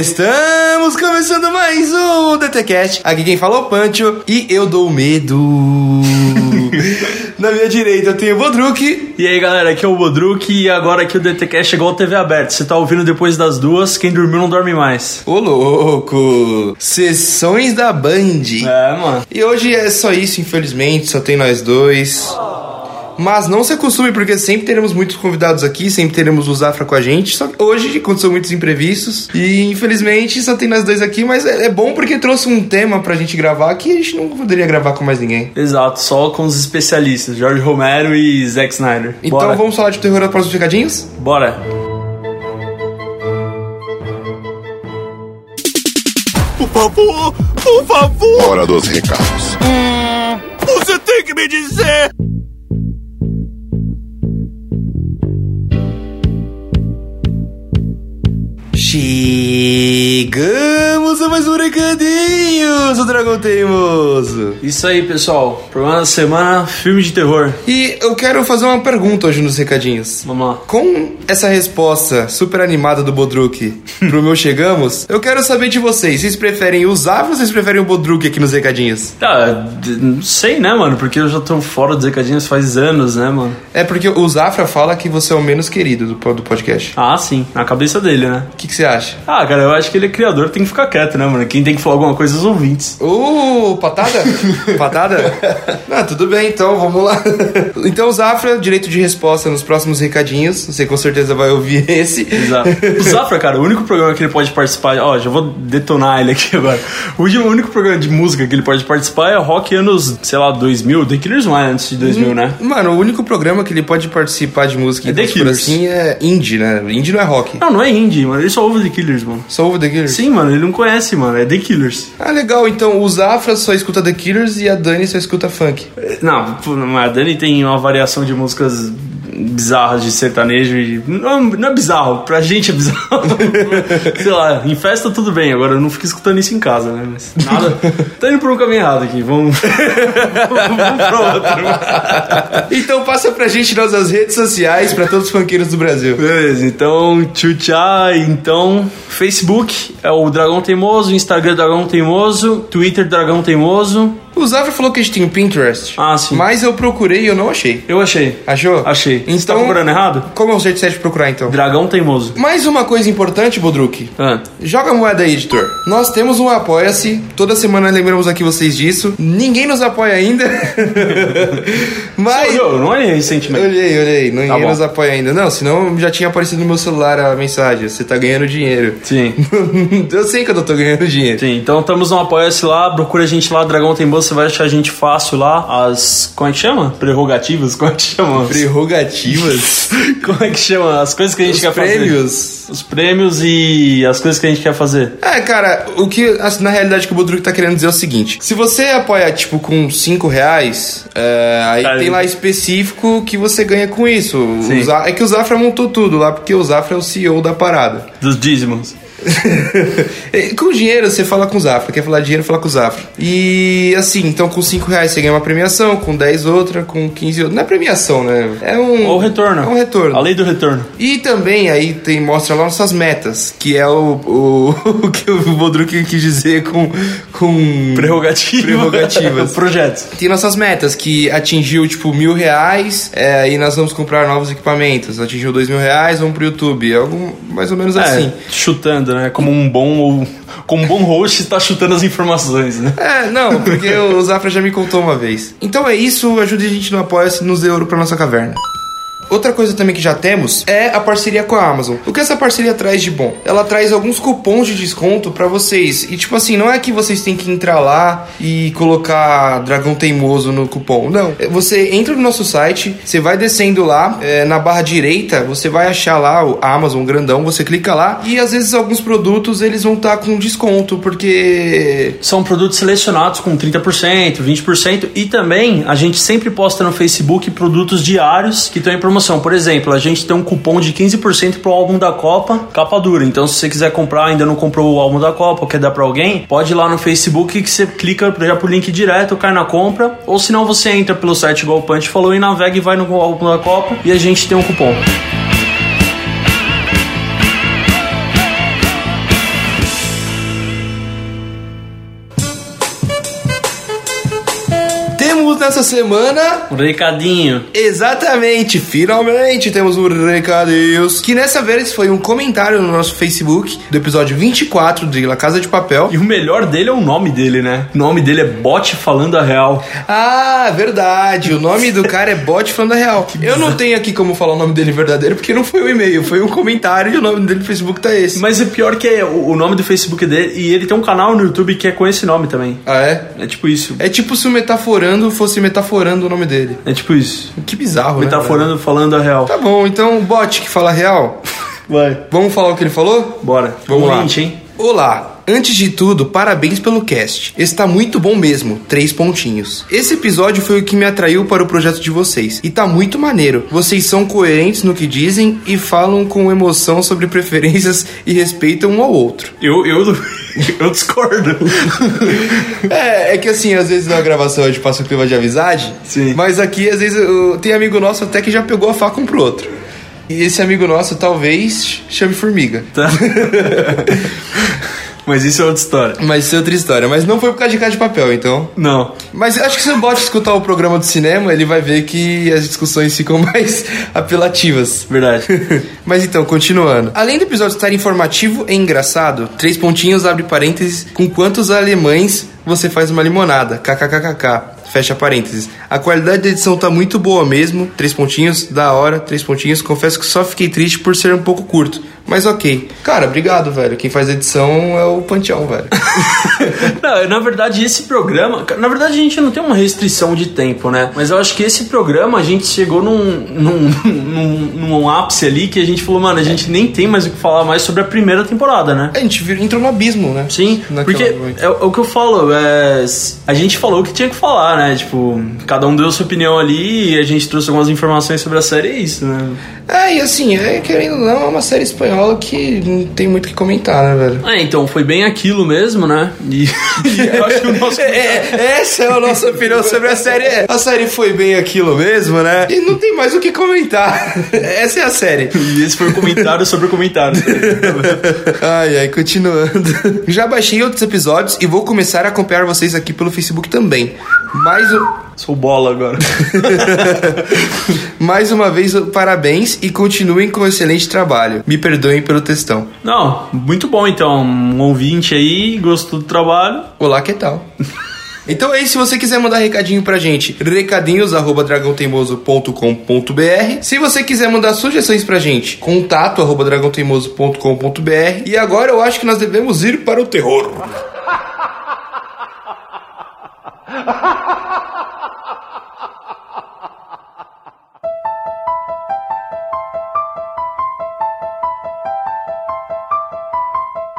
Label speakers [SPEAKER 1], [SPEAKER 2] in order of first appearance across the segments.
[SPEAKER 1] Estamos começando mais um DTCast. Aqui quem fala é o Pancho e eu dou medo. Na minha direita eu tenho o Bodruk.
[SPEAKER 2] E aí galera, aqui é o Bodruk e agora aqui o DTCast chegou ao TV aberta. Você tá ouvindo depois das duas, quem dormiu não dorme mais.
[SPEAKER 1] Ô louco! Sessões da Band.
[SPEAKER 2] É, mano.
[SPEAKER 1] E hoje é só isso, infelizmente, só tem nós dois. Mas não se acostume, porque sempre teremos muitos convidados aqui, sempre teremos o Zafra com a gente. Só que hoje aconteceu muitos imprevistos e infelizmente só tem nós dois aqui, mas é, é bom porque trouxe um tema pra gente gravar que a gente não poderia gravar com mais ninguém.
[SPEAKER 2] Exato, só com os especialistas, Jorge Romero e Zack Snyder.
[SPEAKER 1] Então
[SPEAKER 2] Bora.
[SPEAKER 1] vamos falar de terror após os recadinhos?
[SPEAKER 2] Bora.
[SPEAKER 3] Por favor, por favor,
[SPEAKER 4] Hora dos recados.
[SPEAKER 3] você tem que me dizer.
[SPEAKER 1] Chegamos a mais um recadinhos, o Dragão Teimoso.
[SPEAKER 2] Isso aí, pessoal. Programa da semana, filme de terror.
[SPEAKER 1] E eu quero fazer uma pergunta hoje nos recadinhos.
[SPEAKER 2] Vamos lá.
[SPEAKER 1] Com essa resposta super animada do Bodruk pro meu Chegamos, eu quero saber de vocês. Vocês preferem usar ou vocês preferem o Bodruk aqui nos recadinhos?
[SPEAKER 2] Tá, d- não sei, né, mano? Porque eu já tô fora dos recadinhos faz anos, né, mano?
[SPEAKER 1] É porque o Zafra fala que você é o menos querido do, po- do podcast.
[SPEAKER 2] Ah, sim. Na cabeça dele, né?
[SPEAKER 1] O que, que você acha?
[SPEAKER 2] Ah, cara, eu acho que ele é criador, tem que ficar quieto, né, mano? Quem tem que falar alguma coisa é os ouvintes.
[SPEAKER 1] Uh, patada? patada? Não, tudo bem, então, vamos lá. Então, Zafra, direito de resposta nos próximos recadinhos. Você com certeza vai ouvir esse.
[SPEAKER 2] Exato. O Zafra, cara, o único programa que ele pode participar. Ó, já vou detonar ele aqui agora. O último- o único programa de música que ele pode participar é rock anos, sei lá, 2000. The Killers não é antes de 2000, né?
[SPEAKER 1] Mano, o único programa que ele pode participar de música
[SPEAKER 2] É The
[SPEAKER 1] por
[SPEAKER 2] Killers.
[SPEAKER 1] assim é indie, né? Indie não é rock.
[SPEAKER 2] Não, não é indie, mano. Ele só ouve The Killers, mano.
[SPEAKER 1] Só ouve The Killers?
[SPEAKER 2] Sim, mano, ele não conhece, mano. É The Killers.
[SPEAKER 1] Ah, legal. Então o Zafra só escuta The Killers e a Dani só escuta funk.
[SPEAKER 2] Não, pô, mas a Dani tem uma variação de músicas bizarras de sertanejo e. Não, não é bizarro, pra gente é bizarro. Sei lá, em festa tudo bem, agora eu não fico escutando isso em casa, né? Mas nada. tá indo por um caminho errado aqui, vamos. vamos pra outro.
[SPEAKER 1] Então passa pra gente nossas redes sociais pra todos os funkeiros do Brasil.
[SPEAKER 2] Beleza, então, tchau, tchau. Então, Facebook é o Dragão Teimoso, Instagram Dragão Teimoso, Twitter Dragão Teimoso.
[SPEAKER 1] O Zafra falou que a gente tem o Pinterest.
[SPEAKER 2] Ah, sim.
[SPEAKER 1] Mas eu procurei e eu não achei.
[SPEAKER 2] Eu achei.
[SPEAKER 1] Achou?
[SPEAKER 2] Achei.
[SPEAKER 1] Então,
[SPEAKER 2] Você tá procurando errado?
[SPEAKER 1] Como é o jeito certo de procurar então?
[SPEAKER 2] Dragão Teimoso.
[SPEAKER 1] Mais uma coisa importante, Bodruk.
[SPEAKER 2] Ah.
[SPEAKER 1] Joga a moeda aí, editor. Nós temos um Apoia-se. Toda semana lembramos aqui vocês disso. Ninguém nos apoia ainda. Mas.
[SPEAKER 2] Não, não é recentemente.
[SPEAKER 1] Olhei, olhei. Ninguém
[SPEAKER 2] Tá bom.
[SPEAKER 1] nos apoia ainda. Não, senão já tinha aparecido no meu celular a mensagem. Você tá ganhando dinheiro.
[SPEAKER 2] Sim.
[SPEAKER 1] eu sei que eu não tô ganhando dinheiro.
[SPEAKER 2] Sim, então estamos no Apoia-se lá, procura a gente lá, Dragão Tem Bolsa, você vai achar a gente fácil lá, as... como é que chama? Prerrogativas? Como é que chama?
[SPEAKER 1] Prerrogativas.
[SPEAKER 2] como é que chama? As coisas que a gente
[SPEAKER 1] Os
[SPEAKER 2] quer
[SPEAKER 1] prêmios.
[SPEAKER 2] fazer. Os prêmios e as coisas que a gente quer fazer.
[SPEAKER 1] É, cara, o que assim, na realidade que o Bodruk tá querendo dizer é o seguinte: se você apoia, tipo, com 5 reais, é, aí
[SPEAKER 2] Tá,
[SPEAKER 1] tem
[SPEAKER 2] ele-
[SPEAKER 1] lá específico que você ganha com isso. O
[SPEAKER 2] Sim.
[SPEAKER 1] Za- É que o Zafra montou tudo lá, porque o Zafra é o CEO da parada.
[SPEAKER 2] Dos dízimos.
[SPEAKER 1] É, com dinheiro você fala com o Zafra, quer falar de dinheiro, fala com o Zafra. E assim, então com 5 reais você ganha uma premiação, com 10 outra, com 15 outra. Não é premiação, né? É um.
[SPEAKER 2] Ou retorno.
[SPEAKER 1] É um retorno.
[SPEAKER 2] A lei do retorno.
[SPEAKER 1] E também aí tem, mostra lá nossas metas, que é o, o, o que o Bodruk quis dizer com. com
[SPEAKER 2] Prerrogativa.
[SPEAKER 1] Prerrogativas.
[SPEAKER 2] Projetos.
[SPEAKER 1] tem nossas metas, que atingiu tipo mil reais, é, e nós vamos comprar novos equipamentos. Atingiu dois mil reais, vamos pro YouTube. É algo mais ou menos assim.
[SPEAKER 2] É, chutando, né? Como um bom ou... Como um bom host tá chutando as informações, né?
[SPEAKER 1] É, não, porque o Zafra já me contou uma vez. Então é isso, ajude a gente no Apoia-se, nos dê ouro pra nossa caverna. Outra coisa também que já temos é a parceria com a Amazon. O que essa parceria traz de bom? Ela traz alguns cupons de desconto pra vocês. E tipo assim, não é que vocês têm que entrar lá e colocar Dragão Teimoso no cupom. Não. É, Você entra no nosso site, você vai descendo lá, é, na barra direita, você vai achar lá o Amazon grandão, você clica lá e às vezes alguns produtos eles vão estar com desconto, porque
[SPEAKER 2] São produtos selecionados com 30%, 20% e também a gente sempre posta no Facebook produtos diários que estão em promoção. Por exemplo, a gente tem um cupom de 15% pro álbum da Copa, capa dura. Então, se você quiser comprar, ainda não comprou o álbum da Copa, ou quer dar pra alguém, pode ir lá no Facebook que você clica já pro link direto, cai na compra, ou se não você entra pelo site igual o Punch falou e navega e vai no álbum da Copa e a gente tem um cupom.
[SPEAKER 1] dessa semana.
[SPEAKER 2] Um recadinho.
[SPEAKER 1] Exatamente, finalmente temos um recadinhos. Que nessa vez foi um comentário no nosso Facebook do episódio 24 de La Casa de Papel.
[SPEAKER 2] E o melhor dele é o nome dele, né? O nome dele é Bote Falando a Real.
[SPEAKER 1] Ah, verdade. O nome do cara é Bot Fã da Real. Eu não tenho aqui como falar o nome dele verdadeiro, porque não foi um e-mail, foi um comentário e o nome dele no Facebook tá esse.
[SPEAKER 2] Mas o pior que é o o nome do Facebook dele. E ele tem um canal no YouTube que é com esse nome também.
[SPEAKER 1] Ah, é?
[SPEAKER 2] É tipo isso.
[SPEAKER 1] É tipo se o Metaforando fosse metaforando o nome dele.
[SPEAKER 2] É tipo isso.
[SPEAKER 1] Que bizarro, né?
[SPEAKER 2] Metaforando, falando a real.
[SPEAKER 1] Tá bom, então o bot que fala real,
[SPEAKER 2] Vai.
[SPEAKER 1] vamos falar o que ele falou?
[SPEAKER 2] Bora.
[SPEAKER 1] Vamos
[SPEAKER 2] um
[SPEAKER 1] lá.
[SPEAKER 2] Lynch, hein?
[SPEAKER 1] Olá! Antes de tudo, parabéns pelo cast. Está muito bom mesmo, três pontinhos. Esse episódio foi o que me atraiu para o projeto de vocês e tá muito maneiro. Vocês são coerentes no que dizem e falam com emoção sobre preferências e respeitam um ao outro.
[SPEAKER 2] Eu, eu, eu discordo.
[SPEAKER 1] É, é que assim, às vezes na gravação a gente passa o clima de amizade,
[SPEAKER 2] Sim.
[SPEAKER 1] mas aqui às vezes eu- tem amigo nosso até que já pegou a faca um pro outro. E esse amigo nosso talvez chame formiga.
[SPEAKER 2] Tá. Mas isso é outra história.
[SPEAKER 1] Mas isso é outra história. Mas não foi por causa de casa de papel, então.
[SPEAKER 2] Não.
[SPEAKER 1] Mas acho que se o Bot escutar o programa do cinema, ele vai ver que as discussões ficam mais apelativas.
[SPEAKER 2] Verdade.
[SPEAKER 1] Mas então, continuando. Além do episódio estar informativo e engraçado, três pontinhos abre parênteses com quantos alemães você faz uma limonada. KKKKK. Fecha parênteses. A qualidade da edição tá muito boa mesmo. Três pontinhos, da hora, três pontinhos. Confesso que só fiquei triste por ser um pouco curto. Mas ok. Cara, obrigado, velho. Quem faz a edição é o Panteão, velho.
[SPEAKER 2] Não, na verdade, esse programa. Na verdade, a gente não tem uma restrição de tempo, né? Mas eu acho que esse programa a gente chegou num, num, num, num ápice ali que a gente falou, mano, a gente nem tem mais o que falar mais sobre a primeira temporada, né?
[SPEAKER 1] A gente vir- entrou no abismo, né?
[SPEAKER 2] Sim,
[SPEAKER 1] Naquela
[SPEAKER 2] porque
[SPEAKER 1] noite.
[SPEAKER 2] é, o- é o que eu falo, é, s- a gente falou o que tinha que falar, né? Tipo, cada um deu sua opinião ali e a gente trouxe algumas informações sobre a série e é isso, né?
[SPEAKER 1] É, e assim, é, querendo ou não, é uma série espanhola que não tem muito o que comentar, né, velho?
[SPEAKER 2] Ah, então foi bem aquilo mesmo, né? E, e eu acho que o nosso.
[SPEAKER 1] É, é, essa é a nossa opinião sobre a série. É, A série foi bem aquilo mesmo, né? E não tem mais o que comentar. Essa é a série.
[SPEAKER 2] E esse foi o comentário sobre o comentário.
[SPEAKER 1] Ai, ai, continuando. Já baixei outros episódios e vou começar a acompanhar vocês aqui pelo Facebook também. Mais, um-
[SPEAKER 2] Sou bola agora.
[SPEAKER 1] mais uma vez, parabéns e continuem com o excelente trabalho. Me perdoem pelo textão.
[SPEAKER 2] Não, muito bom então. Um ouvinte aí, gostou do trabalho.
[SPEAKER 1] Olá, que tal? Então é isso, se você quiser mandar recadinho pra gente, recadinhos@dragãoteimoso.com.br. Se você quiser mandar sugestões pra gente, contato@dragãoteimoso.com.br. E agora eu acho que nós devemos ir para o terror.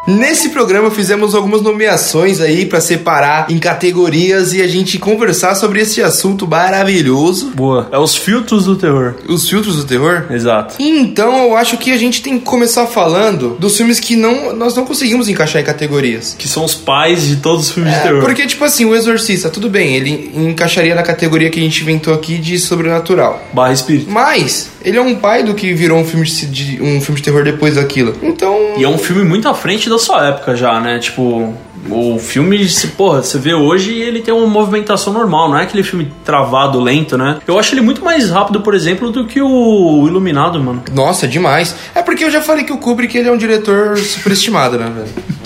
[SPEAKER 1] Nesse programa fizemos algumas nomeações aí pra separar em categorias e a gente conversar sobre esse assunto maravilhoso,
[SPEAKER 2] Boa. É os filtros do terror.
[SPEAKER 1] os filtros do terror.
[SPEAKER 2] Exato.
[SPEAKER 1] Então eu acho que a gente tem que começar falando dos filmes que não nós não conseguimos encaixar em categorias.
[SPEAKER 2] Que são os pais de todos os filmes de
[SPEAKER 1] É,
[SPEAKER 2] terror.
[SPEAKER 1] porque, tipo assim, o Exorcista, tudo bem, ele encaixaria na categoria que a gente inventou aqui de sobrenatural.
[SPEAKER 2] Barra espírito.
[SPEAKER 1] Mas, ele é um pai do que virou um filme de, de- um filme de terror depois daquilo. Então.
[SPEAKER 2] E é um filme muito à frente da sua época já, né? Tipo, o filme, se- porra, você vê hoje e ele tem uma movimentação normal, não é aquele filme travado, lento, né? Eu acho ele muito mais rápido, por exemplo, do que o Iluminado, mano.
[SPEAKER 1] Nossa, demais. É porque eu já falei que o Kubrick ele é um diretor superestimado, né, velho?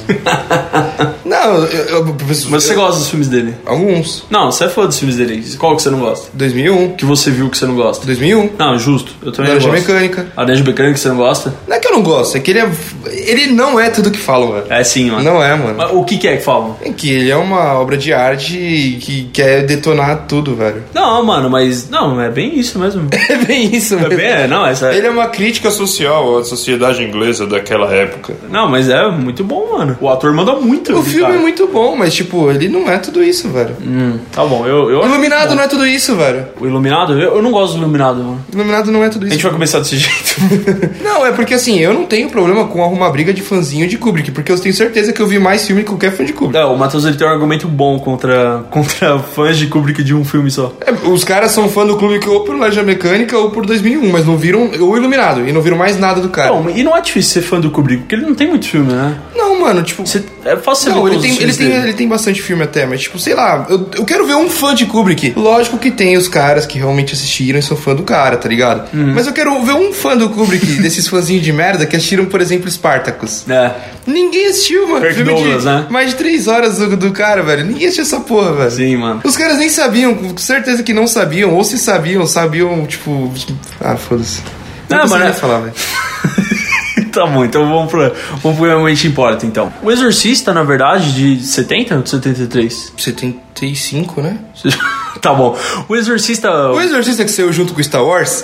[SPEAKER 1] não, eu. eu-
[SPEAKER 2] Mas você
[SPEAKER 1] eu-
[SPEAKER 2] gosta dos filmes dele?
[SPEAKER 1] Alguns.
[SPEAKER 2] Não, você é fã dos filmes dele. Qual que você não gosta?
[SPEAKER 1] 2001.
[SPEAKER 2] Que você viu que você não gosta?
[SPEAKER 1] 2001.
[SPEAKER 2] Não, justo. Eu também não
[SPEAKER 1] Laranja
[SPEAKER 2] gosto.
[SPEAKER 1] um, Mecânica.
[SPEAKER 2] A Laranja Mecânica que você não gosta?
[SPEAKER 1] Não é que eu não gosto, é que ele é. Ele não é tudo que falam, velho.
[SPEAKER 2] É sim, mano.
[SPEAKER 1] Não é, mano.
[SPEAKER 2] Mas o que que é que falam?
[SPEAKER 1] É que ele é uma obra de arte que quer detonar tudo, velho.
[SPEAKER 2] Não, mano, mas... Não, é bem isso mesmo.
[SPEAKER 1] É bem isso,
[SPEAKER 2] É bem... é, Não, essa...
[SPEAKER 1] Ele é uma crítica social à sociedade inglesa daquela época.
[SPEAKER 2] Não, mas é muito bom, mano. O ator manda muito.
[SPEAKER 1] O
[SPEAKER 2] de
[SPEAKER 1] filme é
[SPEAKER 2] cara.
[SPEAKER 1] muito bom, mas, tipo, ele não é tudo isso, velho.
[SPEAKER 2] Hum, tá bom, eu, eu acho
[SPEAKER 1] Iluminado não é tudo isso, velho.
[SPEAKER 2] O Iluminado? Eu, eu não gosto do Iluminado, mano.
[SPEAKER 1] Iluminado não é tudo
[SPEAKER 2] A gente
[SPEAKER 1] isso.
[SPEAKER 2] vai começar desse jeito.
[SPEAKER 1] Não, é porque, assim, eu, eu não tenho problema com arrumar briga de fãzinho de Kubrick, porque eu tenho certeza que eu vi mais filme que qualquer fã de Kubrick.
[SPEAKER 2] Não, o Matheus ele tem um argumento bom contra, contra fãs de Kubrick de um filme só.
[SPEAKER 1] É, os caras são fã do clube que ou por Laranja Mecânica ou por 2001, mas não viram o Iluminado e não viram mais nada do cara.
[SPEAKER 2] Bom, e não é difícil ser fã do Kubrick, porque ele não tem muito filme, né?
[SPEAKER 1] Não, mano, tipo.
[SPEAKER 2] Você- é fácil você
[SPEAKER 1] Não,
[SPEAKER 2] ver
[SPEAKER 1] ele
[SPEAKER 2] todos
[SPEAKER 1] tem,
[SPEAKER 2] os
[SPEAKER 1] ele,
[SPEAKER 2] filmes
[SPEAKER 1] tem,
[SPEAKER 2] dele.
[SPEAKER 1] ele tem bastante filme até, mas tipo, sei lá, eu, eu quero ver um fã de Kubrick. Lógico que tem os caras que realmente assistiram e são fã do cara, tá ligado?
[SPEAKER 2] Hum.
[SPEAKER 1] Mas eu quero ver um fã do Kubrick, desses fãzinhos de merda que assistiram, por exemplo, Spartacus.
[SPEAKER 2] É,
[SPEAKER 1] Ninguém assistiu, mano.
[SPEAKER 2] Kirk
[SPEAKER 1] filme
[SPEAKER 2] Douglas,
[SPEAKER 1] de
[SPEAKER 2] né?
[SPEAKER 1] mais de três horas do, do cara, velho. Ninguém assistiu essa porra, velho.
[SPEAKER 2] sim, mano.
[SPEAKER 1] Os caras nem sabiam, com certeza que não sabiam, ou se sabiam, sabiam, tipo. Ah, foda-se.
[SPEAKER 2] Não,
[SPEAKER 1] consigo
[SPEAKER 2] mano,
[SPEAKER 1] nem
[SPEAKER 2] é-
[SPEAKER 1] falar, velho.
[SPEAKER 2] Tá bom, então vamos pro, vamos pro que realmente importa, então. O Exorcista, na verdade, de 70 ou de 73?
[SPEAKER 1] 75, né?
[SPEAKER 2] tá bom. O Exorcista...
[SPEAKER 1] O Exorcista que saiu junto com Star Wars?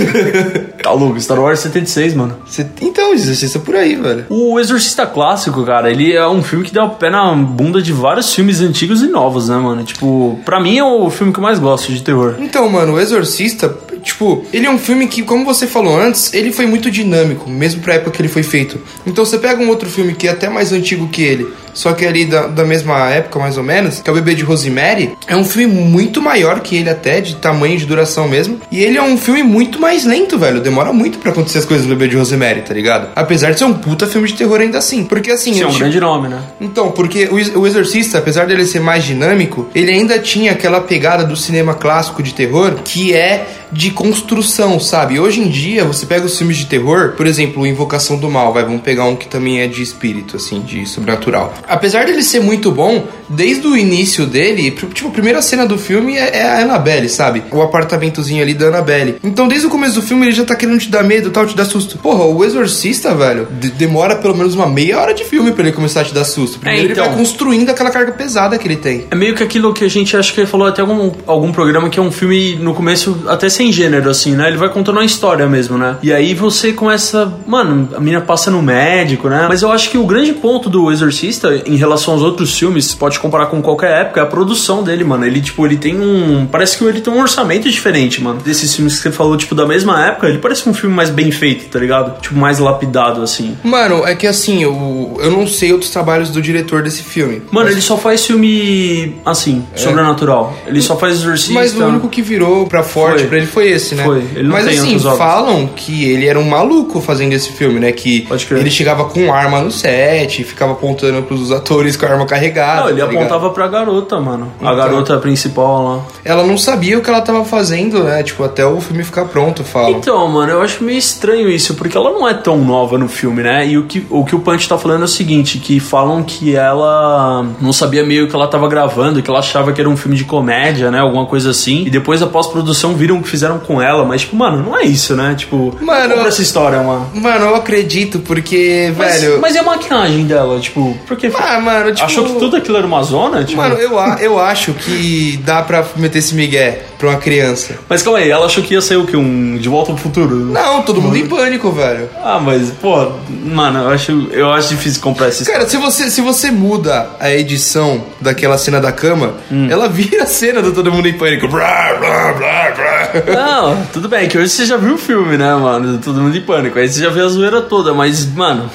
[SPEAKER 2] É. tá louco, Star Wars 76, mano.
[SPEAKER 1] Cê- Então, Exorcista por aí, velho.
[SPEAKER 2] O Exorcista clássico, cara, ele é um filme que dá o pé na bunda de vários filmes antigos e novos, né, mano? Tipo, pra mim é o filme que eu mais gosto de terror.
[SPEAKER 1] Então, mano, o Exorcista, tipo, ele é um filme que, como você falou antes, ele foi muito dinâmico, mesmo pra época que ele foi feito. Então você pega um outro filme que é até mais antigo que ele, só que é ali da, da mesma época, mais ou menos, que é o Bebê de Rosemary, é um filme muito maior que ele até, de tamanho, de duração mesmo. E ele é um filme muito mais lento, velho. Demora muito pra acontecer as coisas do Bebê de Rosemary, tá ligado? Apesar de ser um puta filme de terror ainda assim. Porque assim...
[SPEAKER 2] Sim, é
[SPEAKER 1] eu
[SPEAKER 2] um
[SPEAKER 1] ti-
[SPEAKER 2] grande nome, né?
[SPEAKER 1] então, porque o Ex- o Exorcista, apesar dele ser mais dinâmico, ele ainda tinha aquela pegada do cinema clássico de terror que é de construção, sabe? Hoje em dia, você pega os filmes de terror, por exemplo, Invocação do Mal, vai, vamos pegar um que também é de espírito, assim, de sobrenatural. Apesar dele ser muito bom, desde o início dele, pr- tipo, a primeira cena do filme é, é a Annabelle, sabe? O apartamentozinho ali da Annabelle. Então, desde o começo do filme, ele já tá querendo te dar medo, tal, te dar susto. Porra, o Exorcista, velho, de- demora pelo menos uma meia hora de filme pra ele começar a te dar susto. Primeiro
[SPEAKER 2] então.
[SPEAKER 1] ele vai construindo aquela carga pesada que ele tem.
[SPEAKER 2] É meio que aquilo que a gente acha que falou até algum, algum programa que é um filme no começo até sem gênero, assim, né? Ele vai contando uma história mesmo, né? E aí você começa. Mano, a mina passa no médico, né? Mas eu acho que o grande ponto do Exorcista, em relação aos outros filmes, pode comparar com qualquer época, é a produção dele, mano. Ele, tipo, ele tem um. Parece que ele tem um orçamento diferente, mano. Desses filmes que você falou, tipo, da mesma época, ele parece um filme mais bem feito, tá ligado? Tipo, mais lapidado, assim.
[SPEAKER 1] Mano, é que assim, eu, eu não sei outros trabalhos do diretor desse filme.
[SPEAKER 2] Mano, ele só faz filme assim, sobrenatural. Ele só faz exorcista.
[SPEAKER 1] É. Mas o único que virou pra forte
[SPEAKER 2] Foi.
[SPEAKER 1] pra ele foi esse, né?
[SPEAKER 2] Foi. Ele não
[SPEAKER 1] Mas
[SPEAKER 2] tem
[SPEAKER 1] assim,
[SPEAKER 2] outros ovos.
[SPEAKER 1] falam que ele era um maluco fazendo esse filme, né? Que
[SPEAKER 2] Pode crer.
[SPEAKER 1] ele chegava com arma no set, ficava apontando pros atores com a arma carregada.
[SPEAKER 2] Não, ele
[SPEAKER 1] tá ligado?
[SPEAKER 2] apontava pra garota, mano. A
[SPEAKER 1] Então.
[SPEAKER 2] garota principal lá.
[SPEAKER 1] Ela não sabia o que ela tava fazendo, né? Tipo, até o filme ficar pronto, falam.
[SPEAKER 2] Então, mano, eu acho meio estranho isso, porque ela não é tão nova no filme, né? E o que o, que o Punch tá falando é o seguinte, que falam que ela não sabia meio que ela tava gravando, que ela achava que era um filme de comédia, né? Alguma coisa assim. E depois, após produção, viram o que fizeram com ela. Mas, tipo, mano, não é isso, né? Tipo,
[SPEAKER 1] Mano,
[SPEAKER 2] compra essa história, mano.
[SPEAKER 1] Mano, eu acredito, porque,
[SPEAKER 2] Mas,
[SPEAKER 1] velho.
[SPEAKER 2] mas e a maquiagem dela? Tipo, por que...
[SPEAKER 1] Ah, mano, tipo.
[SPEAKER 2] Achou que tudo aquilo era uma zona? Tipo...
[SPEAKER 1] Mano, eu, a- eu acho que dá pra meter esse migué pra uma criança.
[SPEAKER 2] Mas calma aí, ela achou que ia sair o quê? Um De Volta pro Futuro?
[SPEAKER 1] Não, todo mundo em pânico, velho.
[SPEAKER 2] Ah, mas, pô, mano, eu acho, eu acho difícil comprar esses.
[SPEAKER 1] Cara, se você, se você muda a edição daquela cena da cama, ela vira a cena do Todo Mundo em Pânico. Blá, blá, blá, blá.
[SPEAKER 2] Não, tudo bem, que hoje você já viu o filme, né, mano? Todo mundo em pânico. Aí você já viu a zoeira toda, mas, mano,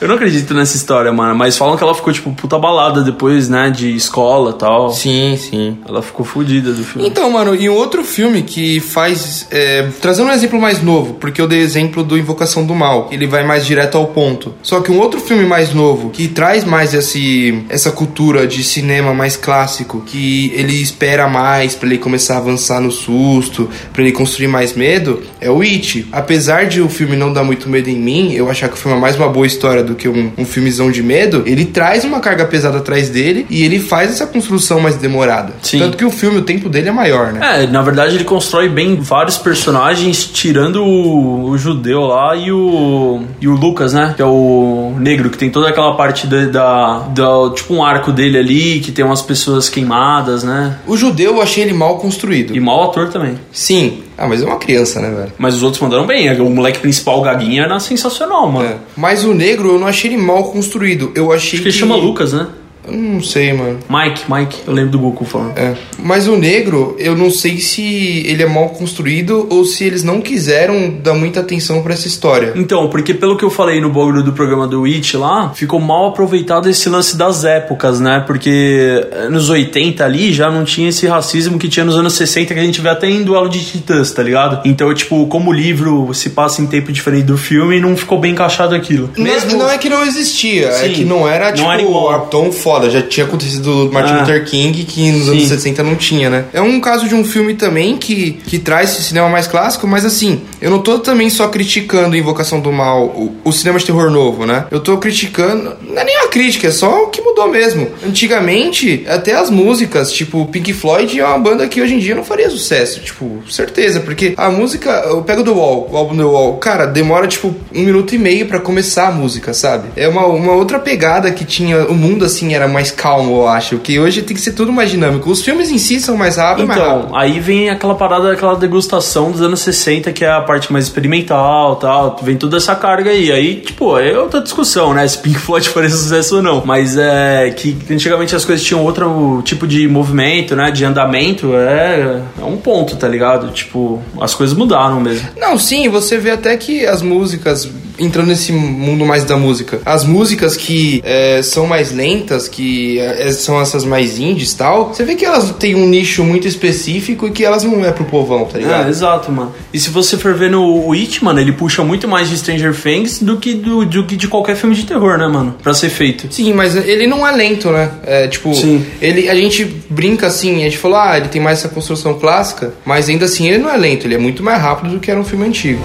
[SPEAKER 2] eu não acredito nessa história, mano. Mas falam que ela ficou, tipo, puta balada depois, né? De escola e tal.
[SPEAKER 1] Sim, sim.
[SPEAKER 2] Ela ficou fodida do filme.
[SPEAKER 1] Então, mano, e um outro filme que faz. é, trazendo um exemplo mais novo, porque eu dei exemplo do Invocação do Mal. Ele vai mais direto ao ponto. Só que um outro filme mais novo, que traz mais esse, essa cultura de cinema mais clássico, que ele espera mais pra ele começar a avançar no susto, pra ele construir mais medo, é o It. Apesar de o filme não dar muito medo em mim, eu achar que o filme é mais uma boa história do que um, um filmezão de medo, ele traz uma carga pesada atrás dele e ele faz essa construção mais demorada.
[SPEAKER 2] Sim.
[SPEAKER 1] Tanto que o filme, o tempo dele é maior, né?
[SPEAKER 2] É, na verdade ele constrói bem vários personagens, tirando o, o judeu lá e o. e o Lucas, né? Que é o negro, que tem toda aquela parte da, da- da- tipo um arco dele ali, que tem umas pessoas queimadas, né?
[SPEAKER 1] O judeu eu achei ele mal construído.
[SPEAKER 2] E mau ator também.
[SPEAKER 1] Sim. Ah, mas é uma criança, né, velho?
[SPEAKER 2] Mas os outros mandaram bem. O moleque principal, o Gaguinha, era sensacional, mano.
[SPEAKER 1] É. Mas o negro eu não achei ele mal construído. Eu achei
[SPEAKER 2] Acho que ele chama Lucas, né?
[SPEAKER 1] Eu não sei, mano.
[SPEAKER 2] Mike, Mike, eu lembro do Goku falando.
[SPEAKER 1] É. Mas o negro, eu não sei se ele é mal construído ou se eles não quiseram dar muita atenção pra essa história.
[SPEAKER 2] Então, porque pelo que eu falei no bagulho do programa do Witch lá, ficou mal aproveitado esse lance das épocas, né? Porque nos 80 ali já não tinha esse racismo que tinha nos anos 60 que a gente vê até em Duelo de Titãs, tá ligado? Então, tipo, como o livro se passa em tempo diferente do filme, não ficou bem encaixado aquilo.
[SPEAKER 1] Não é- Não, é que não existia, é
[SPEAKER 2] Sim.
[SPEAKER 1] que não era
[SPEAKER 2] Não
[SPEAKER 1] tipo
[SPEAKER 2] era igual.
[SPEAKER 1] a tão foda. Já tinha acontecido o Martin
[SPEAKER 2] Ah.
[SPEAKER 1] Luther King, que nos
[SPEAKER 2] Sim.
[SPEAKER 1] anos 60 não tinha, né? É um caso de um filme também que, que traz esse cinema mais clássico, mas assim, eu não tô também só criticando Invocação do Mal, o, o cinema de terror novo, né? Eu tô criticando. Não é nem uma crítica, é só o que mudou mesmo. Antigamente, até as músicas, tipo, Pink Floyd é uma banda que hoje em dia não faria sucesso, tipo, certeza, porque a música, eu pego The Wall, o álbum The Wall, cara, demora tipo um minuto e meio pra começar a música, sabe? É uma, uma outra pegada que tinha, o mundo assim era mais calmo, eu acho, que hoje tem que ser tudo mais dinâmico. Os filmes em si são mais rápidos, mais rápido.
[SPEAKER 2] Então, aí vem aquela parada, aquela degustação dos anos 60, que é a parte mais experimental tal. Vem toda essa carga aí. Aí, tipo, é outra discussão, né? Se Pink Floyd faria sucesso ou não. Mas é que antigamente as coisas tinham outro tipo de movimento, né? De andamento. É, é um ponto, tá ligado? Tipo, as coisas mudaram mesmo.
[SPEAKER 1] Não, sim, você vê até que as músicas. Entrando nesse mundo mais da música. As músicas que eh, são mais lentas, que eh, são essas mais indies e tal, você vê que elas têm um nicho muito específico e que elas não é pro povão, tá ligado?
[SPEAKER 2] É, exato, mano. E se você for ver no It, mano, ele puxa muito mais de Stranger Things do que, do, do que de qualquer filme de terror, né, mano? Pra ser feito.
[SPEAKER 1] Sim, mas ele não é lento, né? É, tipo,
[SPEAKER 2] Sim.
[SPEAKER 1] ele a gente brinca assim, a gente falou, ah, ele tem mais essa construção clássica, mas ainda assim ele não é lento, ele é muito mais rápido do que era um filme antigo.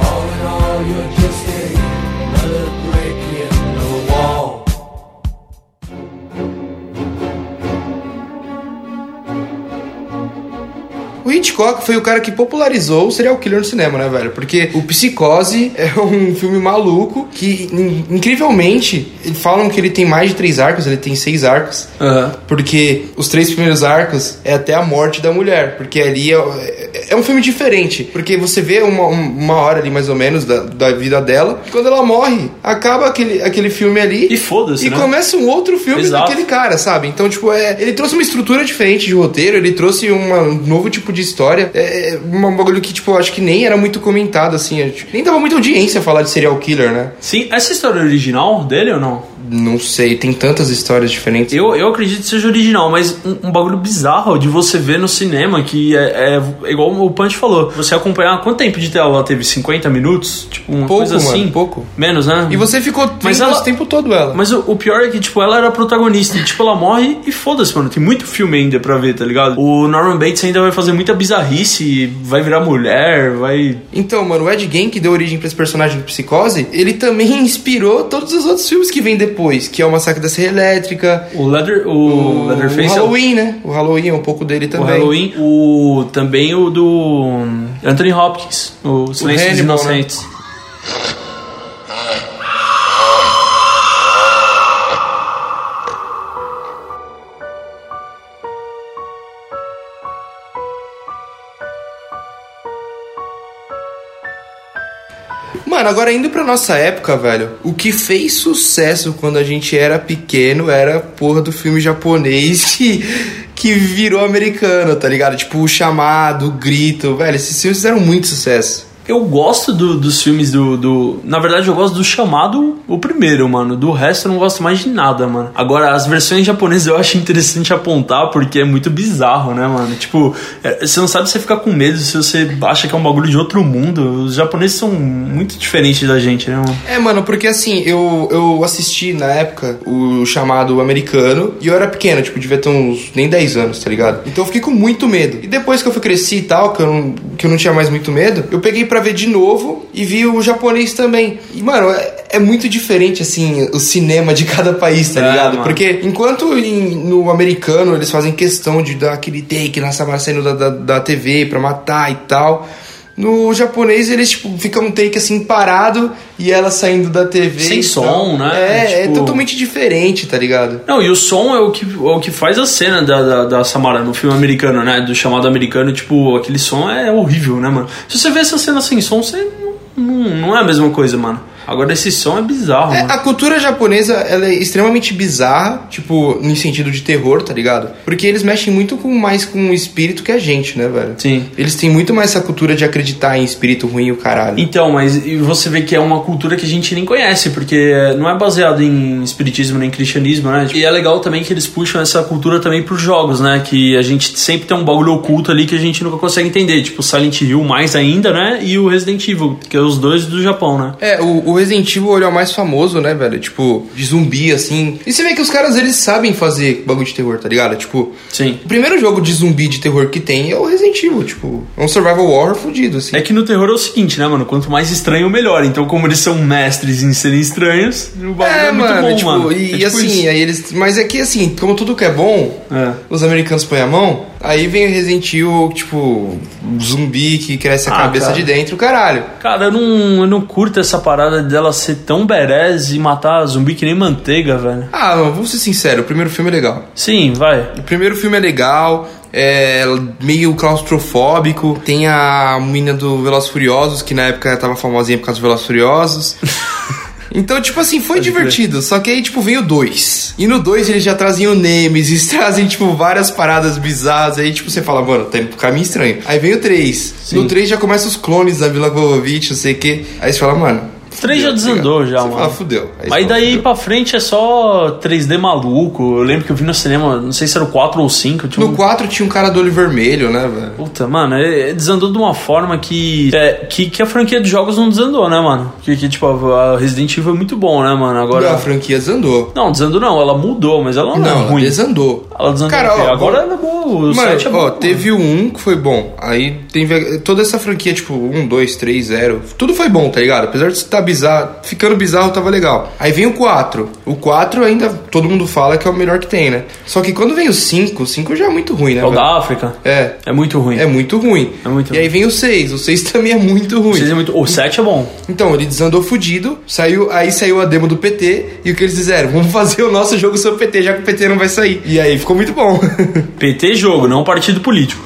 [SPEAKER 1] O Hitchcock foi o cara que popularizou o serial killer no cinema, né, velho? Porque o Psicose é um filme maluco que, in- incrivelmente, falam que ele tem mais de três arcos, ele tem seis arcos.
[SPEAKER 2] Aham.
[SPEAKER 1] Porque os três primeiros arcos é até a morte da mulher. Porque ali é, é- é um filme diferente. Porque você vê uma, um- uma hora ali, mais ou menos, da, da vida dela. E quando ela morre, acaba aquele, aquele filme ali.
[SPEAKER 2] E foda-se,
[SPEAKER 1] E
[SPEAKER 2] né?
[SPEAKER 1] começa um outro filme
[SPEAKER 2] Exato.
[SPEAKER 1] daquele cara, sabe? Então, tipo, é, ele trouxe uma estrutura diferente de roteiro. Ele trouxe uma- um novo tipo de história. É, é um bagulho que, tipo, eu acho que nem era muito comentado, assim. eu acho- Nem dava muita audiência falar de serial killer, né?
[SPEAKER 2] Sim, essa história é original dele ou não?
[SPEAKER 1] Não sei, tem tantas histórias diferentes.
[SPEAKER 2] Eu, eu acredito que seja original, mas um, um bagulho bizarro de você ver no cinema, que é, é igual o Punch falou. Você acompanhar quanto tempo de tela ela teve? 50 minutos? Tipo, uma
[SPEAKER 1] Pouco,
[SPEAKER 2] coisa assim?
[SPEAKER 1] mano, pouco.
[SPEAKER 2] Menos, né?
[SPEAKER 1] E você ficou
[SPEAKER 2] Mas
[SPEAKER 1] vendo
[SPEAKER 2] ela-
[SPEAKER 1] o tempo todo ela.
[SPEAKER 2] Mas o, o pior é que, tipo, ela era a protagonista. E, tipo, ela morre e foda-se, mano. Tem muito filme ainda pra ver, tá ligado? O Norman Bates ainda vai fazer muita bizarrice, vai virar mulher, vai.
[SPEAKER 1] Então, mano, o Ed Gein, que deu origem pra esse personagem do Psicose, ele também inspirou todos os outros filmes que vêm depois, que é o Massacre da Serra Elétrica,
[SPEAKER 2] O Leather. O,
[SPEAKER 1] o,
[SPEAKER 2] Leatherface. é o-
[SPEAKER 1] Halloween, né? O Halloween é um pouco dele
[SPEAKER 2] O
[SPEAKER 1] também.
[SPEAKER 2] Halloween, o também o do Anthony Hopkins, o Silêncio dos
[SPEAKER 1] Hannibal, né?
[SPEAKER 2] Inocentes.
[SPEAKER 1] Mano, agora indo pra nossa época, velho, o que fez sucesso quando a gente era pequeno era a porra do filme japonês que, que virou americano, tá ligado? Tipo, o chamado, o grito, velho, esses filmes fizeram muito sucesso.
[SPEAKER 2] Eu gosto do- dos filmes do, do. Na verdade, eu gosto do chamado o primeiro, mano. Do resto eu não gosto mais de nada, mano. Agora, as versões japonesas eu acho interessante apontar, porque é muito bizarro, né, mano? Tipo, é, você não sabe se você fica com medo, se você acha que é um bagulho de outro mundo. Os japoneses são muito diferentes da gente, né, mano?
[SPEAKER 1] É, mano, porque assim, eu, eu assisti na época o chamado americano e eu era pequeno, tipo, devia ter uns nem 10 anos, tá ligado? Então eu fiquei com muito medo. E depois que eu fui cresci e tal, que eu não, que eu não tinha mais muito medo, eu peguei pra ver de novo e vi o japonês também. E, mano, é, é muito diferente, assim, o cinema de cada país, tá
[SPEAKER 2] É,
[SPEAKER 1] ligado?
[SPEAKER 2] mano.
[SPEAKER 1] Porque porque enquanto em- no americano eles fazem questão de dar aquele take na Samara saindo da, da, da TV pra matar e tal. No japonês eles tipo, ficam um take assim parado e ela saindo da TV.
[SPEAKER 2] Sem
[SPEAKER 1] e tal.
[SPEAKER 2] som, né?
[SPEAKER 1] É, é
[SPEAKER 2] Tipo-
[SPEAKER 1] totalmente diferente, tá ligado?
[SPEAKER 2] Não, e o som é o que, é o que faz a cena da, da, da Samara no filme americano, né? Do chamado americano, tipo, aquele som é horrível, né, mano? Se você vê essa cena sem som, você não, não, não é a mesma coisa, mano. Agora esse som é bizarro,
[SPEAKER 1] É,
[SPEAKER 2] mano.
[SPEAKER 1] a cultura japonesa, ela é extremamente bizarra, tipo, no sentido de terror, tá ligado? Porque eles mexem muito com mais com o espírito que a gente, né, velho?
[SPEAKER 2] Sim.
[SPEAKER 1] Eles têm muito mais essa cultura de acreditar em espírito ruim e o caralho.
[SPEAKER 2] Então, mas e você vê que é uma cultura que a gente nem conhece, porque eh, não é baseado em espiritismo nem cristianismo, né? E é legal também que eles puxam essa cultura também pros jogos, né? Que a gente sempre tem um bagulho oculto ali que a gente nunca consegue entender, tipo Silent Hill mais ainda, né? E o Resident Evil, que é os dois do Japão, né?
[SPEAKER 1] É, o, o Resident Evil ele é o mais famoso, né, velho? Tipo, de zumbi, assim. E você vê que os caras, eles sabem fazer bagulho de terror, tá ligado? Tipo,
[SPEAKER 2] Sim.
[SPEAKER 1] o primeiro jogo de zumbi de terror que tem é o Resident Evil, tipo, é um survival horror fudido, assim.
[SPEAKER 2] É que no terror é o seguinte, né, mano? Quanto mais estranho, melhor. Então, como eles são mestres em serem estranhos, o bagulho é, muito bom,
[SPEAKER 1] tipo,
[SPEAKER 2] mano.
[SPEAKER 1] E,
[SPEAKER 2] É
[SPEAKER 1] e
[SPEAKER 2] tipo
[SPEAKER 1] assim,
[SPEAKER 2] isso.
[SPEAKER 1] aí eles. Mas é que assim, como tudo que é bom,
[SPEAKER 2] É.
[SPEAKER 1] os americanos põem a mão, aí vem o Resident Evil, tipo, zumbi que cresce a
[SPEAKER 2] Ah,
[SPEAKER 1] cabeça
[SPEAKER 2] cara.
[SPEAKER 1] de dentro, caralho.
[SPEAKER 2] Cara, eu não, eu não curto essa parada dela ser tão berez e matar zumbi que nem manteiga, velho.
[SPEAKER 1] Ah, mano, vamos ser sincero, o primeiro filme é legal.
[SPEAKER 2] Sim, vai.
[SPEAKER 1] O primeiro filme é legal, é meio claustrofóbico. Tem a menina do Velozes Furiosos, que na época tava famosinha por causa do Velozes Furiosos. Então, tipo assim, foi divertido. Só que aí, tipo, veio dois. E no dois eles já trazem o Nemesis, trazem, tipo, várias paradas bizarras. Aí, tipo, você fala, mano, tá indo pro caminho estranho. Aí vem o três. No três já começa os clones da Vila Vovovich, não sei o quê. Aí você fala, mano.
[SPEAKER 2] O 3 já
[SPEAKER 1] fudeu, tá ligado?
[SPEAKER 2] desandou, já,
[SPEAKER 1] você
[SPEAKER 2] mano.
[SPEAKER 1] Fala, fudeu. você
[SPEAKER 2] Aí
[SPEAKER 1] fala,
[SPEAKER 2] daí
[SPEAKER 1] fudeu.
[SPEAKER 2] pra frente é só 3D maluco. Eu lembro que eu vi no cinema, não sei se era o 4 ou o 5. Tinha
[SPEAKER 1] No
[SPEAKER 2] um...
[SPEAKER 1] quatro tinha um cara do olho vermelho, né, velho?
[SPEAKER 2] Puta, mano, é- é- desandou de uma forma que, é, que. que a franquia de jogos não desandou, né, mano? Que, que tipo, a a Resident Evil é muito bom, né, mano?
[SPEAKER 1] Não,
[SPEAKER 2] Agora.
[SPEAKER 1] a franquia desandou.
[SPEAKER 2] Não, desandou não, ela mudou, mas ela não,
[SPEAKER 1] Não,
[SPEAKER 2] é
[SPEAKER 1] ela
[SPEAKER 2] ruim.
[SPEAKER 1] desandou.
[SPEAKER 2] Ela desandou.
[SPEAKER 1] Cara, ó,
[SPEAKER 2] agora
[SPEAKER 1] bom-
[SPEAKER 2] ela é boa. O
[SPEAKER 1] Mano,
[SPEAKER 2] 7 é bom.
[SPEAKER 1] ó, teve o 1 que foi bom. Aí teve toda essa franquia, tipo, 1, 2, 3, 0. Tudo foi bom, tá ligado? Apesar de estar bizarro, ficando bizarro, tava legal. Aí vem o 4. O 4 ainda todo mundo fala que é o melhor que tem, né? Só que quando vem o 5, o 5 já é muito ruim, né?
[SPEAKER 2] É o
[SPEAKER 1] velho?
[SPEAKER 2] da África.
[SPEAKER 1] É.
[SPEAKER 2] É muito ruim.
[SPEAKER 1] É muito ruim.
[SPEAKER 2] É muito
[SPEAKER 1] e aí vem o 6. O 6 também é muito ruim.
[SPEAKER 2] Vocês é muito... O 7 é bom.
[SPEAKER 1] Então, ele desandou fudido, saiu, aí saiu a demo do PT, e o que eles fizeram? Vamos fazer o nosso jogo sobre o PT, já que o PT não vai sair. E aí ficou muito bom.
[SPEAKER 2] PT jogo, não partido político.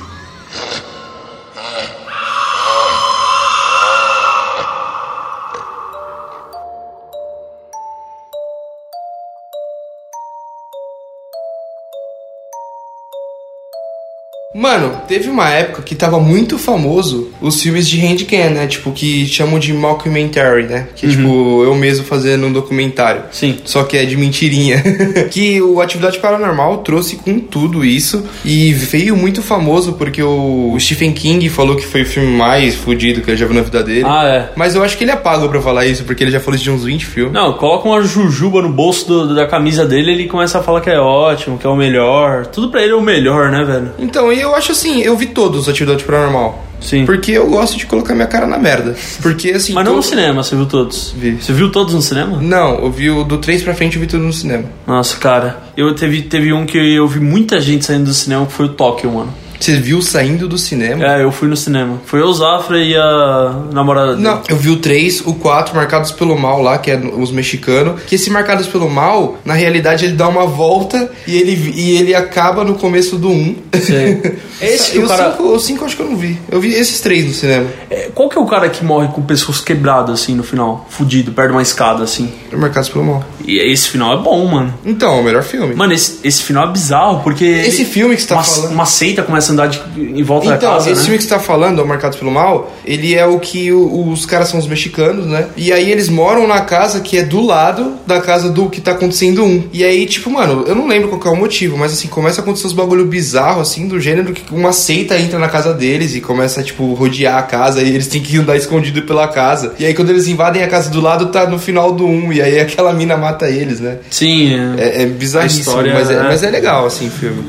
[SPEAKER 1] Mano, teve uma época que tava muito famoso os filmes de handcam, né? Tipo, que chamam de mockumentary, né?
[SPEAKER 2] Uhum.
[SPEAKER 1] Que é, tipo, eu mesmo fazendo um documentário.
[SPEAKER 2] Sim.
[SPEAKER 1] Só que é de mentirinha. que o Atividade Paranormal trouxe com tudo isso e veio muito famoso porque o Stephen King falou que foi o filme mais fudido que ele já viu na vida dele.
[SPEAKER 2] Ah, é.
[SPEAKER 1] Mas eu acho que ele é pago pra falar isso, porque ele já falou isso de uns 20 filmes.
[SPEAKER 2] Não, coloca uma jujuba no bolso do- da camisa dele ele começa a falar que é ótimo, que é o melhor. Tudo pra ele é o melhor, né, velho?
[SPEAKER 1] Então, e eu acho assim, eu vi todos Atividade Paranormal.
[SPEAKER 2] Sim.
[SPEAKER 1] Porque eu gosto de colocar minha cara na merda. Porque assim.
[SPEAKER 2] Mas não
[SPEAKER 1] todo-
[SPEAKER 2] no cinema, você viu todos?
[SPEAKER 1] Vi.
[SPEAKER 2] Você viu todos no cinema?
[SPEAKER 1] Não, eu vi o do 3 pra frente, eu vi tudo no cinema.
[SPEAKER 2] Nossa, cara. Eu teve, teve um que eu vi muita gente saindo do cinema, que foi o Tóquio, mano.
[SPEAKER 1] Você viu saindo do cinema?
[SPEAKER 2] É, eu fui no cinema. Foi eu, Zafra e a namorada dele.
[SPEAKER 1] Não, eu vi o 3, o 4, Marcados pelo Mal lá, que é no- os mexicanos. Que esse Marcados pelo Mal, na realidade, ele dá uma volta e ele, e ele acaba no começo do 1.
[SPEAKER 2] Sei. Esse que
[SPEAKER 1] e
[SPEAKER 2] o
[SPEAKER 1] o
[SPEAKER 2] cara-
[SPEAKER 1] 5 o cinco eu acho que eu não vi. Eu vi esses três no cinema.
[SPEAKER 2] É, Qual que é o cara que morre com o pescoço quebrado, assim, no final? Fudido, perto de uma escada, assim.
[SPEAKER 1] Marcados pelo Mal.
[SPEAKER 2] E esse final é bom, mano.
[SPEAKER 1] Então, é o melhor filme.
[SPEAKER 2] Mano, esse, esse final é bizarro, porque.
[SPEAKER 1] Esse
[SPEAKER 2] ele-
[SPEAKER 1] filme que você tá
[SPEAKER 2] uma,
[SPEAKER 1] falando.
[SPEAKER 2] Uma seita começa a andar de- em volta da
[SPEAKER 1] Então,
[SPEAKER 2] casa.
[SPEAKER 1] esse
[SPEAKER 2] né?
[SPEAKER 1] filme que você tá falando, o Marcados pelo Mal, ele é o que o- os caras são os mexicanos, né? E aí eles moram na casa que é do lado da casa do que tá acontecendo um. E aí, tipo, mano, eu não lembro qual que é o motivo, mas assim, começa a acontecer uns bagulho bizarro, assim, do gênero que uma seita entra na casa deles e começa, tipo, rodear a casa e eles têm que andar escondido pela casa. E aí quando eles invadem a casa do lado, tá no final do um, e aí aquela mina mata eles, né?
[SPEAKER 2] Sim, é.
[SPEAKER 1] É, é bizarríssimo,
[SPEAKER 2] A história,
[SPEAKER 1] mas, é,
[SPEAKER 2] né?
[SPEAKER 1] mas é legal, assim, o filme.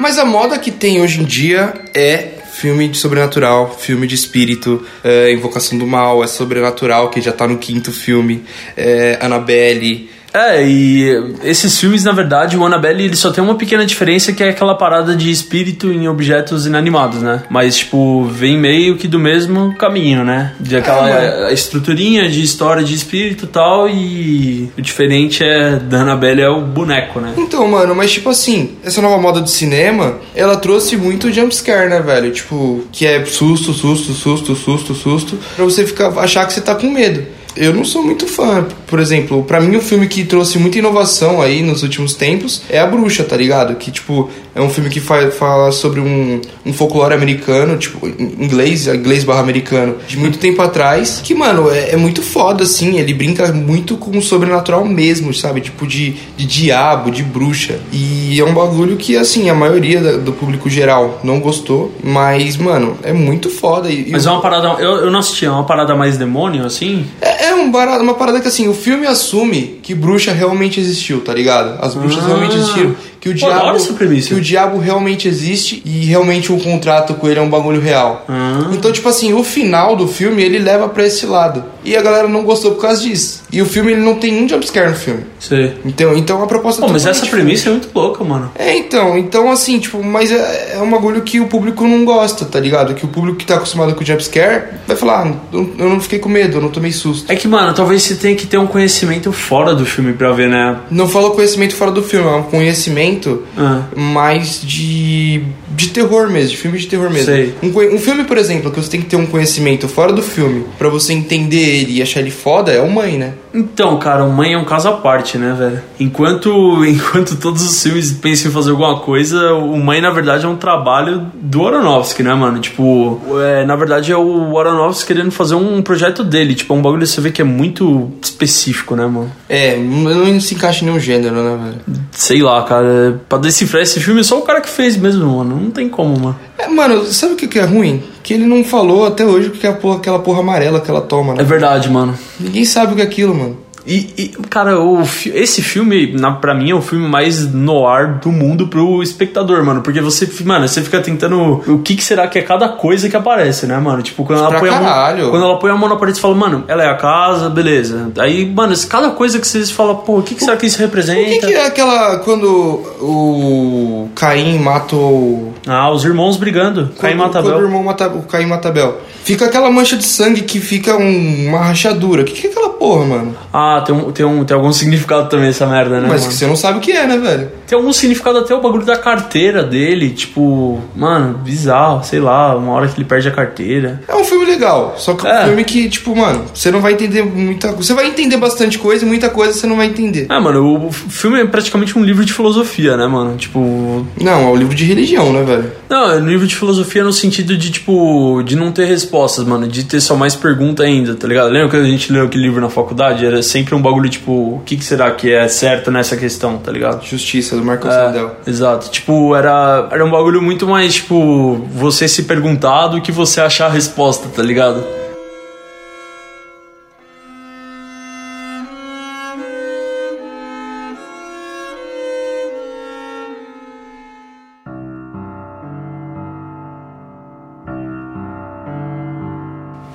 [SPEAKER 1] Mas a moda que tem hoje em dia é filme de sobrenatural, filme de espírito, é, Invocação do Mal, é sobrenatural, que já tá no quinto filme, é, Annabelle,
[SPEAKER 2] É, e esses filmes, na verdade, o Annabelle ele só tem uma pequena diferença que é aquela parada de espírito em objetos inanimados, né? Mas, tipo, vem meio que do mesmo caminho, né? De aquela a estruturinha de história de espírito e tal, e o diferente é da Annabelle é o boneco, né?
[SPEAKER 1] Então, mano, mas tipo assim, essa nova moda do cinema, ela trouxe muito jumpscare, né, velho? Tipo, que é susto, susto, susto, susto, susto, pra você ficar, achar que você tá com medo. Eu não sou muito fã, por exemplo, pra mim o filme que trouxe muita inovação aí nos últimos tempos é A Bruxa, tá ligado? Que, tipo, é um filme que fa- fala sobre um, um folclore americano, tipo, in- inglês, inglês barra americano, de muito tempo atrás, que, mano, é, é muito foda, assim, ele brinca muito com o sobrenatural mesmo, sabe? Tipo, de, de diabo, de bruxa. E é um bagulho que, assim, a maioria da- do público geral não gostou, mas, mano, é muito foda. E, e
[SPEAKER 2] Mas é uma parada. Eu, eu não assisti, é uma parada mais demônio, assim?
[SPEAKER 1] é, é um bara- uma parada que assim, o filme assume que bruxa realmente existiu, tá ligado? As bruxas
[SPEAKER 2] Ah.
[SPEAKER 1] realmente existiram. Que o,
[SPEAKER 2] Pô, da hora
[SPEAKER 1] diabo,
[SPEAKER 2] essa premissa.
[SPEAKER 1] que o diabo realmente existe e realmente o contrato com ele é um bagulho real.
[SPEAKER 2] Ah.
[SPEAKER 1] Então, tipo assim, o final do filme ele leva pra esse lado. E a galera não gostou por causa disso. E o filme ele não tem um jumpscare no filme.
[SPEAKER 2] Sei.
[SPEAKER 1] Então, então a proposta
[SPEAKER 2] Pô, mas
[SPEAKER 1] totalmente
[SPEAKER 2] essa premissa é muito louca, mano.
[SPEAKER 1] é, então, então assim, tipo, mas é, é um bagulho que o público não gosta, tá ligado? Que o público que tá acostumado com jumpscare vai falar, ah, eu eu não fiquei com medo, eu não tomei susto.
[SPEAKER 2] É que, mano, talvez você tenha que ter um conhecimento fora do filme pra ver, né?
[SPEAKER 1] Não falo conhecimento fora do filme, é um conhecimento
[SPEAKER 2] Ah.
[SPEAKER 1] mais de, de terror mesmo, de filme de terror mesmo.
[SPEAKER 2] Sei.
[SPEAKER 1] Um, conhe- um filme, por exemplo, que você tem que ter um conhecimento fora do filme pra você entender ele e achar ele foda é o Mãe, né?
[SPEAKER 2] Então, cara, o Mãe é um caso à parte, né, velho? Enquanto, enquanto todos os filmes pensam em fazer alguma coisa, o Mãe, na verdade, é um trabalho do Aronofsky, né, mano? Tipo, é, na verdade, é o Aronofsky querendo fazer um projeto dele. Tipo, é um bagulho que você vê que é muito específico, né, mano?
[SPEAKER 1] É, não não se encaixa em nenhum gênero, né, velho?
[SPEAKER 2] Sei lá, cara. Pra decifrar esse filme, é só o cara que fez mesmo, mano. Não tem como, mano.
[SPEAKER 1] É, mano, sabe o que que é ruim? Que ele não falou até hoje o que é a porra- aquela porra amarela que ela toma,
[SPEAKER 2] É
[SPEAKER 1] né?
[SPEAKER 2] verdade, mano.
[SPEAKER 1] Ninguém sabe o que é aquilo, mano.
[SPEAKER 2] E, e, cara, o fi- esse filme, na, pra mim, é o filme mais noir do mundo pro espectador, mano. Porque você, fi- mano, você fica tentando. O que, que será que é cada coisa que aparece, né, mano? Tipo, quando ela,
[SPEAKER 1] Pra
[SPEAKER 2] põe a mão,
[SPEAKER 1] caralho.
[SPEAKER 2] quando ela põe a mão na parede, você fala, mano, ela é a casa, beleza. Aí, mano, cada coisa que vocês falam, pô, o que, que será que isso representa?
[SPEAKER 1] O que, que é aquela. Quando o Caim mata o.
[SPEAKER 2] Ah, os irmãos brigando. Caim
[SPEAKER 1] Quando-
[SPEAKER 2] mata
[SPEAKER 1] Quando o
[SPEAKER 2] Abel.
[SPEAKER 1] irmão mata, o Caim mata Abel. Fica aquela mancha de sangue que fica um- uma rachadura. O que, que é aquela porra, mano?
[SPEAKER 2] Ah, tem, um, tem, um, tem algum significado também essa merda, né?
[SPEAKER 1] Mas
[SPEAKER 2] mano?
[SPEAKER 1] que você não sabe o que é, né, velho?
[SPEAKER 2] Tem algum significado até o bagulho da carteira dele, tipo, mano, bizarro, sei lá, uma hora que ele perde a carteira.
[SPEAKER 1] É um filme legal, só que é
[SPEAKER 2] É.
[SPEAKER 1] um filme que, tipo, mano, você não vai entender muita coisa. Você vai entender bastante coisa e muita coisa você não vai entender.
[SPEAKER 2] Ah, mano, o filme é praticamente um livro de filosofia, né, mano? Tipo.
[SPEAKER 1] Não, é um livro de religião, né, velho?
[SPEAKER 2] Não, é um livro de filosofia no sentido de, tipo, de não ter respostas, mano, de ter só mais pergunta ainda, tá ligado? Lembra quando a gente leu aquele livro na faculdade? Era sempre um bagulho, tipo, o que, que será que é certo nessa questão, tá ligado?
[SPEAKER 1] Justiça, do Marcos Sandel.
[SPEAKER 2] É, exato. Tipo, era, era um bagulho muito mais, tipo, você se perguntar do que você achar a resposta, tá ligado?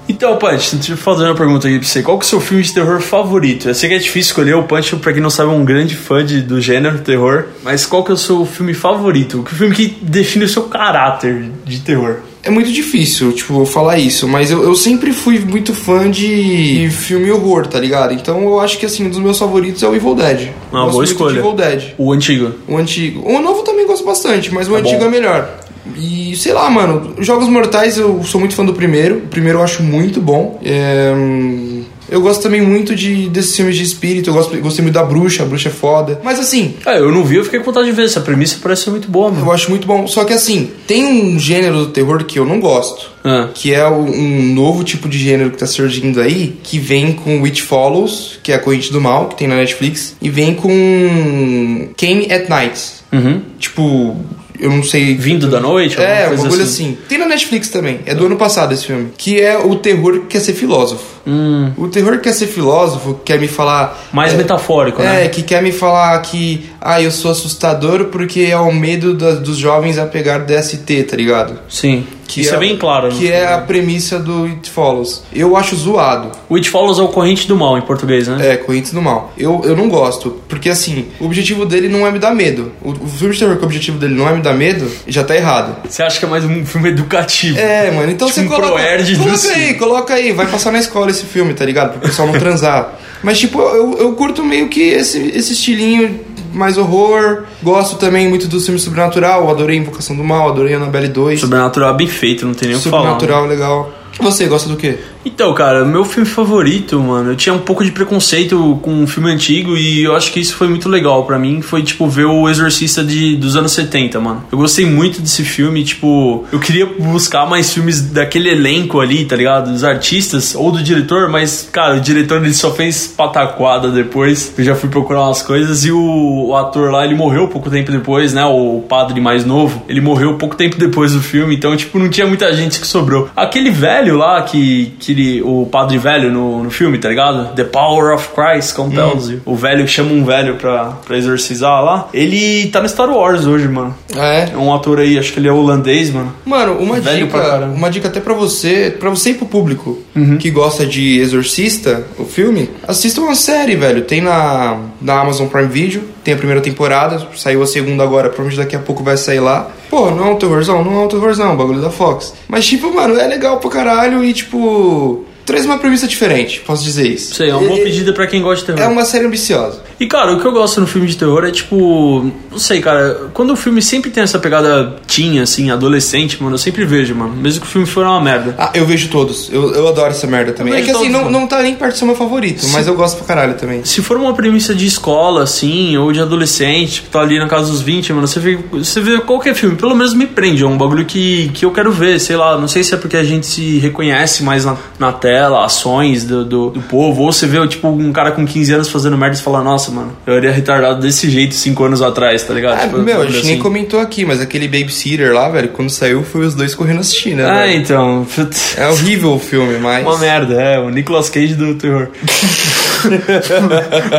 [SPEAKER 2] Então, Punch, deixa eu fazer uma pergunta aqui pra você. Qual que é o seu filme de terror favorito? Eu sei que é difícil escolher o Punch, pra quem não sabe, é um grande fã de- do gênero terror. Mas qual que é o seu filme favorito? O filme que define o seu caráter de terror?
[SPEAKER 1] É muito difícil, tipo, eu falar isso, mas eu, eu sempre fui muito fã de filme horror, tá ligado? Então eu acho que, assim, um dos meus favoritos é o Evil Dead.
[SPEAKER 2] Uma
[SPEAKER 1] Gosto
[SPEAKER 2] boa
[SPEAKER 1] muito de
[SPEAKER 2] escolha.
[SPEAKER 1] Evil Dead.
[SPEAKER 2] O antigo.
[SPEAKER 1] O antigo. O novo também gosto bastante, mas o antigo
[SPEAKER 2] bom.
[SPEAKER 1] é melhor. E sei lá, mano. Jogos Mortais eu sou muito fã do primeiro. O primeiro eu acho muito bom. É, hum, Eu gosto também muito de, desses filmes de espírito. Eu gosto, gostei muito da Bruxa, a Bruxa é foda. Mas assim,
[SPEAKER 2] Ah, eu não vi, eu fiquei com vontade de ver. Essa premissa parece ser muito boa, mano.
[SPEAKER 1] eu acho muito bom. Só que assim, tem um gênero do terror que eu não gosto.
[SPEAKER 2] Ah.
[SPEAKER 1] Que é o- um novo tipo de gênero que tá surgindo aí, que vem com Witch Follows, que é a corrente do mal, que tem na Netflix, e vem com Came at Night.
[SPEAKER 2] Uhum.
[SPEAKER 1] Tipo, eu não sei.
[SPEAKER 2] Vindo da noite?
[SPEAKER 1] É,
[SPEAKER 2] alguma
[SPEAKER 1] uma
[SPEAKER 2] coisa
[SPEAKER 1] coisa assim. Tem na Netflix também, é do ano passado esse filme. Que é o terror que quer ser filósofo.
[SPEAKER 2] Hum,
[SPEAKER 1] O terror que quer ser filósofo quer me falar.
[SPEAKER 2] mais
[SPEAKER 1] é,
[SPEAKER 2] metafórico, né?
[SPEAKER 1] É, que quer me falar que. Ah, eu sou assustador porque é o medo da- dos jovens a pegar DST, tá ligado?
[SPEAKER 2] Sim.
[SPEAKER 1] Que
[SPEAKER 2] Isso é bem claro,
[SPEAKER 1] Que
[SPEAKER 2] né?
[SPEAKER 1] é a premissa do It Follows. Eu acho zoado.
[SPEAKER 2] O It Follows é o corrente do mal em português, né?
[SPEAKER 1] É, Correntes do Mal. Eu, eu não gosto, porque assim, o objetivo dele não é me dar medo. O, o filme de terror que o objetivo dele não é me dar medo, já tá errado.
[SPEAKER 2] Você acha que é mais um filme educativo?
[SPEAKER 1] É, mano, então
[SPEAKER 2] Tipo
[SPEAKER 1] você
[SPEAKER 2] um
[SPEAKER 1] coloca.
[SPEAKER 2] Proerd do
[SPEAKER 1] coloca aí,
[SPEAKER 2] filme.
[SPEAKER 1] coloca aí, vai passar na escola esse filme, tá ligado? Pro pessoal não transar. Mas, tipo, eu, eu curto meio que esse, esse estilinho mais horror. Gosto também muito do filme sobrenatural. Adorei Invocação do Mal, adorei Annabelle 2.
[SPEAKER 2] Sobrenatural é bem feito, não tem nem o que falar. né?
[SPEAKER 1] Sobrenatural, legal. E Você gosta do quê?
[SPEAKER 2] Então, cara, meu filme favorito, mano, eu tinha um pouco de preconceito com um filme antigo e eu acho que isso foi muito legal pra mim. Foi, tipo, ver o Exorcista de, dos anos 70, mano. Eu gostei muito desse filme, tipo, eu queria buscar mais filmes daquele elenco ali, tá ligado? Dos artistas ou do diretor, mas, cara, o diretor ele só fez pataquada depois. Eu já fui procurar umas coisas e o, o ator lá, ele morreu pouco tempo depois, né? O padre mais novo, ele morreu pouco tempo depois do filme, então, tipo, não tinha muita gente que sobrou. Aquele velho lá, que, que ele, o padre velho no, no filme, tá ligado? The Power of Christ compels you. O velho que chama um velho pra, pra exorcizar lá. Ele tá no Star Wars hoje, mano.
[SPEAKER 1] Ah, é?
[SPEAKER 2] É um ator aí, acho que ele é holandês, mano.
[SPEAKER 1] Mano, uma
[SPEAKER 2] Velho pra
[SPEAKER 1] dica,
[SPEAKER 2] caramba.
[SPEAKER 1] uma dica até pra você, para você e pro público
[SPEAKER 2] Uhum.
[SPEAKER 1] que gosta de Exorcista, o filme, assista uma série, velho. Tem na, na Amazon Prime Video, tem a primeira temporada, saiu a segunda agora, provavelmente daqui a pouco vai sair lá. Pô, não é um terrorzão, não é um terrorzão, o bagulho da Fox. Mas tipo, mano, é legal pra caralho e tipo, traz uma premissa diferente, posso dizer isso.
[SPEAKER 2] Sei, é uma boa pedida pra quem gosta de terror.
[SPEAKER 1] É uma série ambiciosa.
[SPEAKER 2] E, cara, o que eu gosto no filme de terror é tipo. Não sei, cara. Quando o filme sempre tem essa pegada tinha, assim, adolescente, mano, eu sempre vejo, mano. Mesmo que o filme for uma merda.
[SPEAKER 1] Ah, eu vejo todos. Eu, eu adoro essa merda também. É
[SPEAKER 2] vejo
[SPEAKER 1] que assim,
[SPEAKER 2] todos,
[SPEAKER 1] não,
[SPEAKER 2] mano.
[SPEAKER 1] não tá nem perto do seu meu favorito, mas eu gosto pra caralho também.
[SPEAKER 2] Se for uma premissa de escola, assim, ou de adolescente, que tá ali na casa dos 20, mano, você vê, você vê qualquer filme, pelo menos me prende, é um bagulho que, que eu quero ver, sei lá, não sei se é porque a gente se reconhece mais na, na tela, ações do, do, do povo, ou você vê, tipo, um cara com 15 anos fazendo merda e você fala, nossa, mano, eu era retardado desse jeito 5 anos atrás, tá ligado?
[SPEAKER 1] Ah,
[SPEAKER 2] Tipo,
[SPEAKER 1] meu, a gente
[SPEAKER 2] assim.
[SPEAKER 1] nem comentou aqui, mas aquele Babysitter lá, velho, quando saiu foi os dois correndo assistir, né?
[SPEAKER 2] Ah,
[SPEAKER 1] velho?
[SPEAKER 2] então, putz.
[SPEAKER 1] É horrível o filme, mas.
[SPEAKER 2] Uma merda, é, o Nicolas Cage do terror.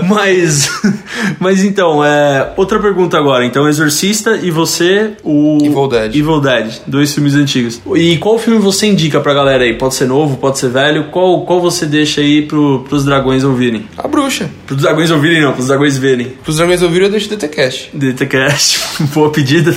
[SPEAKER 2] mas mas então, é, outra pergunta agora. Então, Exorcista e você, o
[SPEAKER 1] Evil Dead.
[SPEAKER 2] Evil Dead, dois filmes antigos. E qual filme você indica pra galera aí? Pode ser novo, pode ser velho? Qual qual você deixa aí pro, pros dragões ouvirem?
[SPEAKER 1] A bruxa.
[SPEAKER 2] Pros dragões ouvirem não, pros dragões verem.
[SPEAKER 1] Pros dragões ouviram, eu deixo o DTCast.
[SPEAKER 2] DTCast, boa pedida.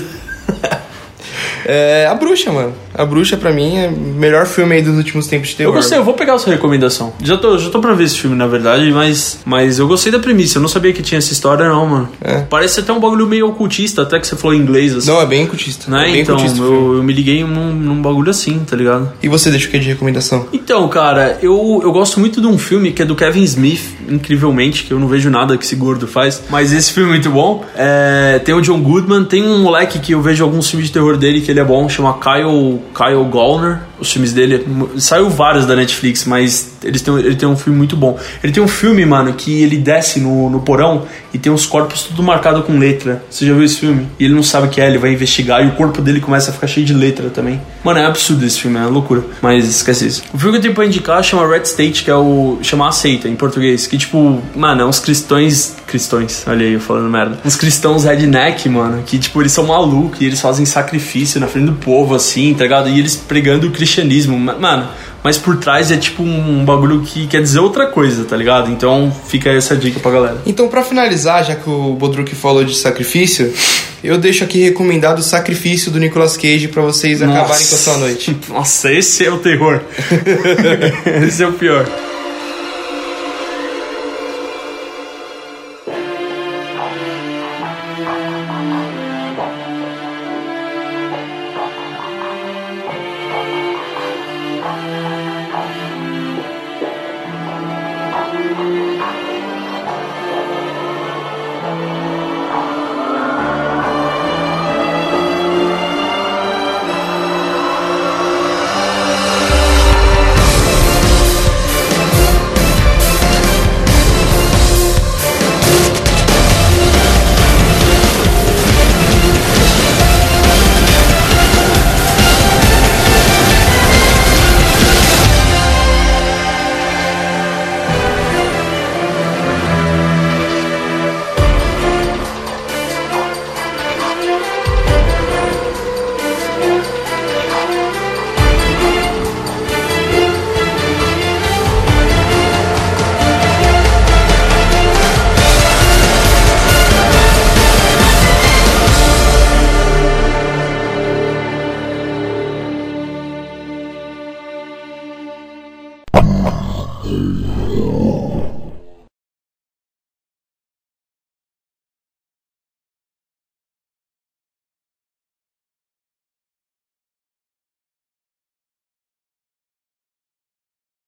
[SPEAKER 1] É. A bruxa, mano. A bruxa, pra mim, é o melhor filme aí dos últimos tempos de
[SPEAKER 2] Eu
[SPEAKER 1] terror.
[SPEAKER 2] gostei, eu vou pegar a sua recomendação. Já tô, já tô pra ver esse filme, na verdade, mas, mas eu gostei da premissa. Eu não sabia que tinha essa história, não, mano.
[SPEAKER 1] É.
[SPEAKER 2] Parece até um bagulho meio ocultista, até que você falou em inglês, assim.
[SPEAKER 1] Não, é bem cultista.
[SPEAKER 2] né?
[SPEAKER 1] É bem
[SPEAKER 2] então,
[SPEAKER 1] cultista o filme.
[SPEAKER 2] eu, eu me liguei num, num bagulho assim, tá ligado?
[SPEAKER 1] E você deixa o que de recomendação?
[SPEAKER 2] Então, cara, eu, eu gosto muito de um filme que é do Kevin Smith, incrivelmente, que eu não vejo nada que esse gordo faz, mas esse filme é muito bom. É, tem o John Goodman, tem um moleque que eu vejo alguns filmes de terror dele que ele é bom, chama Kyle, Kyle Gallner. Os filmes dele, saiu vários da Netflix, mas eles têm, ele tem um filme muito bom. Ele tem um filme, mano, que ele desce no, no porão e tem os corpos tudo marcado com letra. Você já viu esse filme? E ele não sabe o que é, ele vai investigar e o corpo dele começa a ficar cheio de letra também. Mano, é absurdo esse filme, é loucura. Mas esquece isso. O filme que eu tenho pra indicar chama Red State, que é o. chama Aceita em português. Que tipo, mano, é uns cristões. Cristões, olha aí, eu falando merda. Uns cristãos redneck, mano, que tipo, eles são malucos e eles fazem sacrifício na frente do povo, assim, tá ligado? E eles pregando o cristianismo. Ma- Mano. Mas por trás é tipo um bagulho que quer dizer outra coisa, tá ligado? Então fica essa dica pra galera.
[SPEAKER 1] Então, pra finalizar, já que o Bodruk falou de sacrifício, eu deixo aqui recomendado o sacrifício do Nicolas Cage pra vocês acabarem com a sua noite.
[SPEAKER 2] Nossa, esse é o terror. esse é o pior.
[SPEAKER 1] Oh.